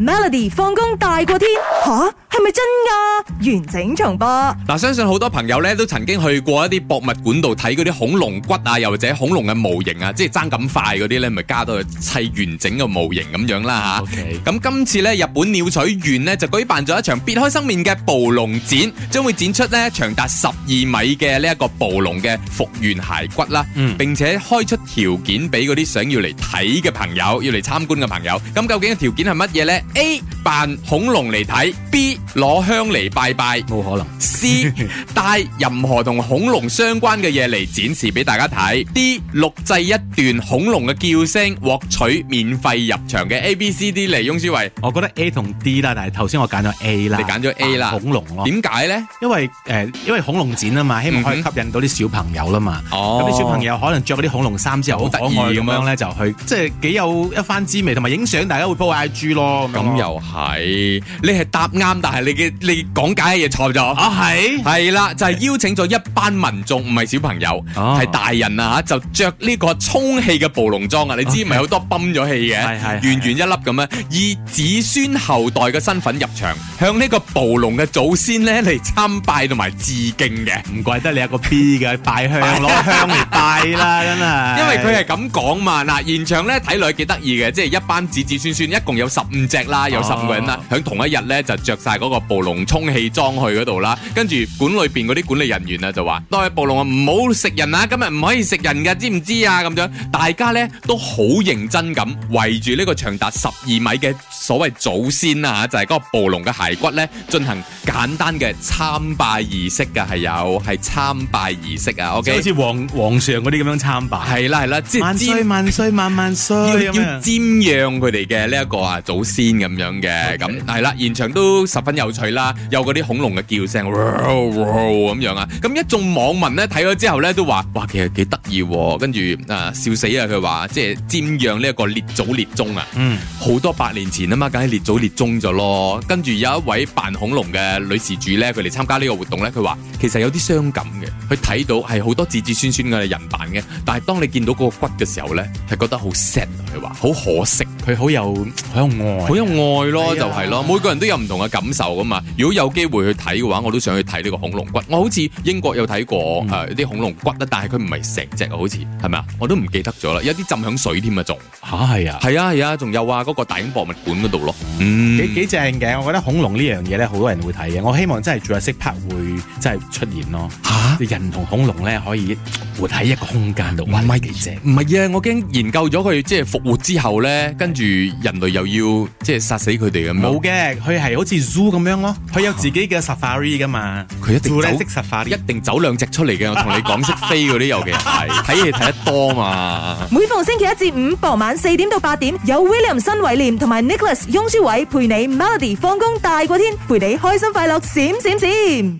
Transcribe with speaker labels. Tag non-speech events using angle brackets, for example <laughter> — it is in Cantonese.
Speaker 1: Melody 放工大過天吓，係咪真㗎？完整重播，
Speaker 2: 嗱，相信好多朋友咧都曾經去過一啲博物館度睇嗰啲恐龍骨啊，又或者恐龍嘅模型啊，即係爭咁快嗰啲咧，咪加到去砌完整嘅模型咁樣啦吓。
Speaker 3: OK
Speaker 2: 咁今次咧，日本鳥取縣呢就舉辦咗一場別開生面嘅暴龍展，將會展出咧長達十二米嘅呢一個暴龍嘅復原骸骨啦，
Speaker 3: 嗯
Speaker 2: 並且開出條件俾嗰啲想要嚟睇嘅朋友，要嚟參觀嘅朋友。咁究竟嘅條件係乜嘢呢 a 扮恐龍嚟睇，B 攞香嚟拜拜。
Speaker 3: 冇可能。
Speaker 2: C 帶任何同恐龍相關嘅嘢嚟展示俾大家睇。D 錄製一段恐龍嘅叫聲，獲取免費入場嘅 A、B、C、D 嚟。翁書慧，
Speaker 3: 我覺得 A 同 D 啦，但係頭先我揀咗 A 啦，
Speaker 2: 你揀咗 A 啦
Speaker 3: 扮恐龍咯，
Speaker 2: 點解呢？
Speaker 3: 因為誒、呃因為恐龍展啊嘛，希望可以
Speaker 2: 嗯
Speaker 3: 吸
Speaker 2: 哼
Speaker 3: 引到啲小朋友啦嘛。
Speaker 2: 哦
Speaker 3: 咁啲、小朋友可能着嗰啲恐龍衫之後好
Speaker 2: 好
Speaker 3: 可
Speaker 2: 得
Speaker 3: 愛
Speaker 2: 意
Speaker 3: 咁
Speaker 2: 咁
Speaker 3: 樣咧，就去即係幾有一番滋味，同埋影相大家會 po IG 咯。
Speaker 2: 咁嗯
Speaker 3: 又
Speaker 2: 又係，你係答啱，但係你嘅你講解嘅嘢錯咗。
Speaker 3: 啊係
Speaker 2: 係啦，就係、邀請咗一班民眾，唔係小朋友，
Speaker 3: 哦
Speaker 2: 係、大人啊吓，就着呢個充氣嘅暴龍裝啊！你知咪好多泵咗氣嘅，
Speaker 3: 係係係
Speaker 2: 圓圓一粒咁啊，以子孫後代嘅身份入場，向呢個暴龍嘅祖先咧嚟參拜同埋致敬嘅。
Speaker 3: 唔怪得你有個 B 嘅拜
Speaker 2: <laughs>
Speaker 3: 香攞香嚟拜啦，真係。嗯
Speaker 2: 因為佢係咁講嘛，嗱現場咧睇落去幾得意嘅，即係一班子子孫孫，一共有十五隻啦，有十五個人啦，響同一日咧就着晒嗰個暴龍充氣裝去嗰度啦，跟住館裏邊嗰啲管理人員啊就話：，當係暴龍啊，唔好食人啊，今日唔可以食人嘅，知唔知啊？咁樣，大家咧都好認真咁圍住呢個長達十二米嘅所謂祖先啊，就係、嗰個暴龍嘅骸骨咧進行簡單嘅參拜儀式㗎，係有係參拜儀式啊
Speaker 3: 即係好
Speaker 2: ，OK。
Speaker 3: 似皇皇上嗰啲咁樣參拜，
Speaker 2: 係啦係啦，即係
Speaker 3: 萬
Speaker 2: 尖
Speaker 3: 歲萬歲萬萬歲
Speaker 2: 要
Speaker 3: 咁
Speaker 2: 要
Speaker 3: 樣。
Speaker 2: 瞻仰佢哋嘅呢一個啊祖先咁樣嘅，咁係啦，現場都十分有趣啦，有嗰啲恐龍嘅叫聲，wow, wow 咁樣啊，咁一眾網民咧睇咗之後咧都話，哇，其實幾得意喎，跟住啊笑死啊，佢話即係瞻仰呢一個列祖列宗啊，
Speaker 3: 嗯，
Speaker 2: 好多百年前啊嘛，梗係列祖列宗咗咯，跟住有一位扮恐龍嘅女事主咧，佢嚟參加呢個活動咧，佢話其實有啲傷感嘅，佢睇到係好多子子孫孫嘅人扮嘅，但係當你見到嗰個骨嘅時候咧，係覺得好 sad，啊佢話好可惜。
Speaker 3: 佢好有好有愛，
Speaker 2: 好有愛咯，
Speaker 3: 係啊
Speaker 2: 就係咯，每個人都有唔同嘅感受噶嘛。如果有機會去睇嘅話，我都想去睇呢個恐龍骨。我好似英國有睇過
Speaker 3: 嗯
Speaker 2: 呃誒啲、恐龍骨啦，但係佢唔係成隻啊，好似係咪啊？我都唔記得咗啦，有啲浸響水添啊，仲
Speaker 3: 嚇係啊。
Speaker 2: 係啊係啊，仲有啊嗰、個大英博物館嗰度咯。嗯，
Speaker 3: 幾幾正嘅，我覺得恐龍呢樣嘢咧，好多人會睇嘅。我希望真係 Jurassic Park 會真係出現咯，
Speaker 2: 嚇
Speaker 3: 人同恐龍咧可以活喺一個空間度，嗯哇！
Speaker 2: 唔係
Speaker 3: 幾正。
Speaker 2: 唔係啊！我驚研究咗佢即係復活之後咧，跟住人類又要即係殺死佢哋咁
Speaker 3: 冇啊
Speaker 2: 樣，
Speaker 3: 嘅，佢係好似 zoo 咁樣咯，佢有自己嘅 safari 噶嘛，
Speaker 2: 佢一定走
Speaker 3: Jurassic
Speaker 2: 一
Speaker 3: safari。
Speaker 2: 定走兩隻出嚟嘅。我同你講，識飛嗰啲尤其 <laughs> 係睇嘢睇得多嘛。
Speaker 1: 每逢星期一至五傍晚四點到八點，有 William 新偉廉同埋 Nicholas 雍舒偉陪你 Melody 放工大過天，陪你開心快樂閃閃閃。